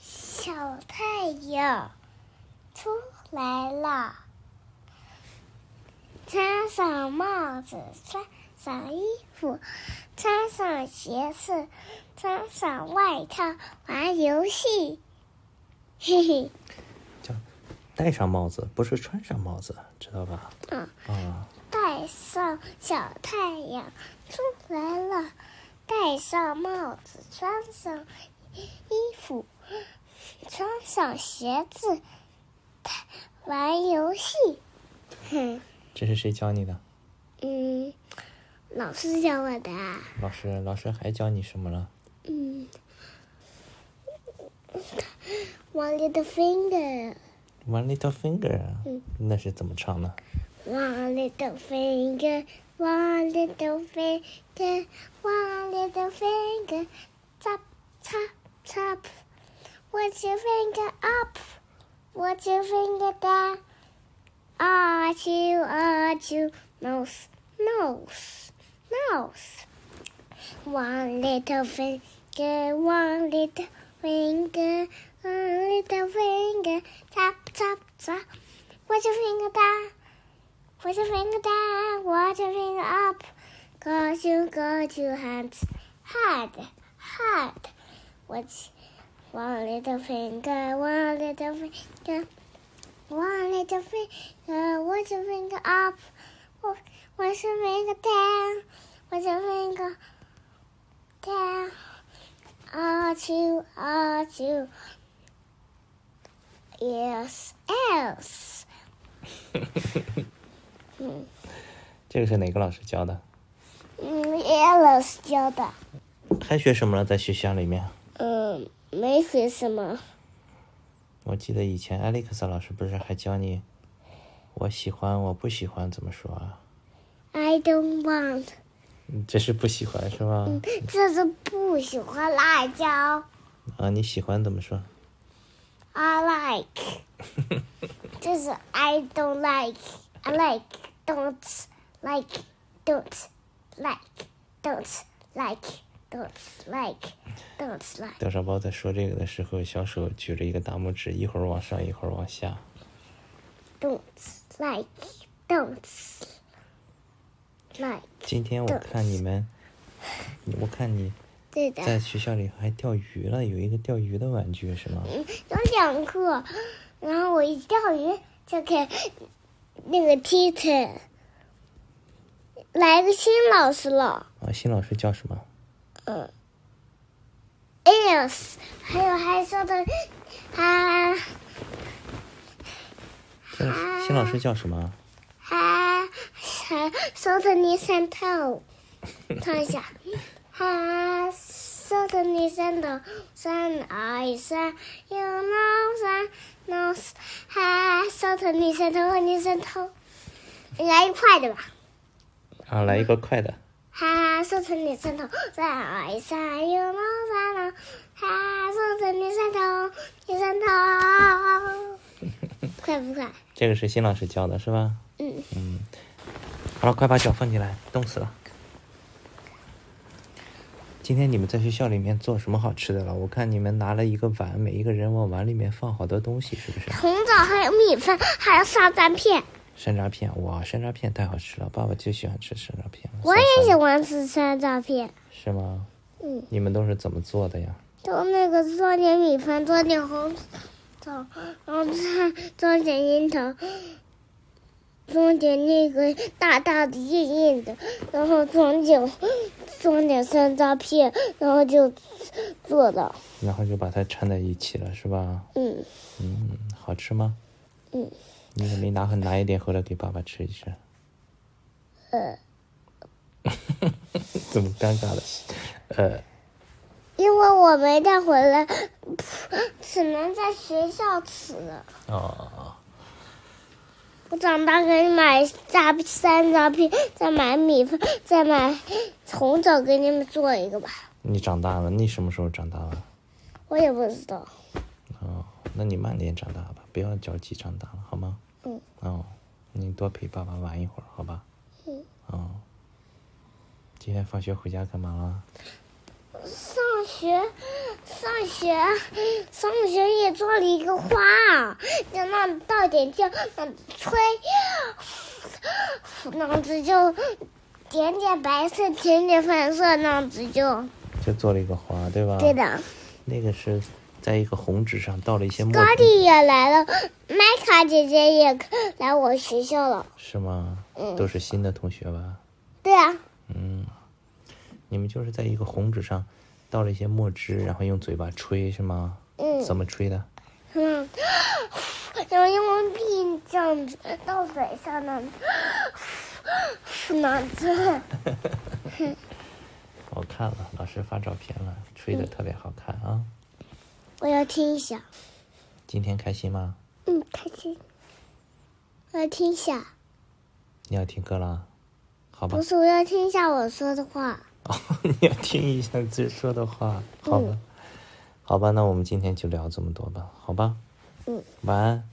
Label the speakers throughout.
Speaker 1: 小太阳出来了，穿上帽子，穿上衣服，穿上鞋子，穿上外套，玩游戏。嘿嘿，
Speaker 2: 叫戴上帽子，不是穿上帽子，知道吧？
Speaker 1: 嗯，
Speaker 2: 啊，
Speaker 1: 戴上小太阳出来了，戴上帽子，穿上衣服，穿上鞋子，玩游戏。哼，
Speaker 2: 这是谁教你的？
Speaker 1: 嗯，老师教我的啊。
Speaker 2: 老师，老师还教你什么了？
Speaker 1: 嗯，One little finger,
Speaker 2: One little finger，啊
Speaker 1: 嗯
Speaker 2: 那是怎么唱呢？
Speaker 1: one little finger, one little finger, one little finger, tap tap tap. What's your finger up? What's your finger down? Are you are you nose nose nose? One little finger, one little finger, one little finger, tap tap tap. What's your finger down? What's your finger down? What's your finger up? Cause you got your hands hard, hard. What's one little finger, one little finger, one little finger? What's your finger up? What- What's your finger down? What's your finger down? Are you, are you? Yes, else. 嗯。
Speaker 2: 这个是哪个老师教的？
Speaker 1: 嗯，也老师教的。
Speaker 2: 还学什么了？在学校里面，
Speaker 1: 嗯，没学什么。
Speaker 2: 我记得以前 Alex 老师不是还教你，我喜欢，我不喜欢怎么说啊？
Speaker 1: I don't want，
Speaker 2: 嗯这是不喜欢是吧？
Speaker 1: 嗯这是不喜欢辣椒。
Speaker 2: 啊，你喜欢怎么说？
Speaker 1: I like，这是 I don't like。I like don't like don't like don't like don't like don't like。
Speaker 2: 邓小包在说这个的时候，小手举了一个大拇指，一会儿往上，一会儿往下。
Speaker 1: don't like don't like
Speaker 2: 今天我看你们，你我看你
Speaker 1: 对的，
Speaker 2: 在学校里还钓鱼了，有一个钓鱼的玩具是吗？
Speaker 1: 嗯有两个，然后我一钓鱼就给那个 teacher 来个新老师了，
Speaker 2: 啊，新老师叫什么？
Speaker 1: 嗯，Alice，还有还说的还
Speaker 2: 新老
Speaker 1: 啊
Speaker 2: 师新老师叫什么？
Speaker 1: 还还说的你三头，唱一下，还说的你三头，三二三，有脑三脑，还说的你三头和你三头，来一块的吧。
Speaker 2: 啊，来一个快的。
Speaker 1: 哈，说成你三头，三二一三，有脑三脑，哈，说成你三头，你三头，快不快？
Speaker 2: 这个是新老师教的是吧？
Speaker 1: 嗯，
Speaker 2: 好了，快把脚放进来，冻死了。今天你们在学校里面做什么好吃的了？我看你们拿了一个碗，每一个人往碗里面放好多东西，是不是？
Speaker 1: 红枣还有米饭，还有沙毡片。
Speaker 2: 山楂片，哇，山楂片太好吃了，爸爸就喜欢吃山楂片。
Speaker 1: 我也喜
Speaker 2: 想。
Speaker 1: 欢吃山楂片，
Speaker 2: 是吗？
Speaker 1: 嗯，
Speaker 2: 你们都是怎么做的呀？
Speaker 1: 就那个做点米饭，做点红枣，然后再做点樱桃，做点那个大大的硬硬的，然后装点装点山楂片，然后就做的，
Speaker 2: 然后就把它掺在一起了，是吧？
Speaker 1: 嗯
Speaker 2: 嗯，好吃吗？
Speaker 1: 嗯，
Speaker 2: 你怎么没拿回拿一点回来给爸爸吃一吃？
Speaker 1: 呃，
Speaker 2: 怎么尴尬了？呃，
Speaker 1: 因为我没带回来，只能在学校吃。
Speaker 2: 哦，
Speaker 1: 我长大给你买炸山楂片，再买米饭，再买红枣，给你们做一个吧。
Speaker 2: 你长大了？你什么时候长大了？
Speaker 1: 我也不知道。
Speaker 2: 哦，那你慢点长大吧，不要着急长大了，好吗？
Speaker 1: 嗯。
Speaker 2: 哦，你多陪爸爸玩一会儿，好吧？
Speaker 1: 嗯。
Speaker 2: 哦，今天放学回家干嘛了？
Speaker 1: 上学，上上学，上学也做了一个花，就那到点就嗯吹，那样子就点点白色，点点粉色，那样子就
Speaker 2: 就做了一个花，对吧？
Speaker 1: 对。的。
Speaker 2: 那个是在一个红纸上倒了一些墨
Speaker 1: 高
Speaker 2: 汁，
Speaker 1: 丽也来了，麦卡姐姐也来我学校了。
Speaker 2: 是吗？
Speaker 1: 嗯
Speaker 2: 都是新的同学吧？
Speaker 1: 对啊，
Speaker 2: 嗯，你们就是在一个红纸上倒了一些墨汁，然后用嘴巴吹，是吗？
Speaker 1: 嗯
Speaker 2: 怎么吹的？
Speaker 1: 嗯，然后用笔这样子到嘴上呢， 脑子。
Speaker 2: 我看了，老师发照片了，吹
Speaker 1: 嗯
Speaker 2: 的特别好看啊！
Speaker 1: 我要听一下，
Speaker 2: 今天开心吗？
Speaker 1: 嗯，开心。我要听一下，
Speaker 2: 你要听歌啦？好吧
Speaker 1: 不，是我要听一下我说的话。
Speaker 2: 哦， 你要听一下自己说的话，好吧？
Speaker 1: 嗯
Speaker 2: 好吧，那我们今天就聊这么多吧，好吧？
Speaker 1: 嗯，
Speaker 2: 晚安，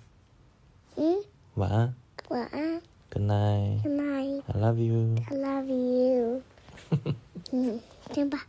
Speaker 1: 嗯，
Speaker 2: 晚安
Speaker 1: 晚安
Speaker 2: ，Good night，I
Speaker 1: ，Good night，I
Speaker 2: love you。
Speaker 1: love you。嗯，听吧。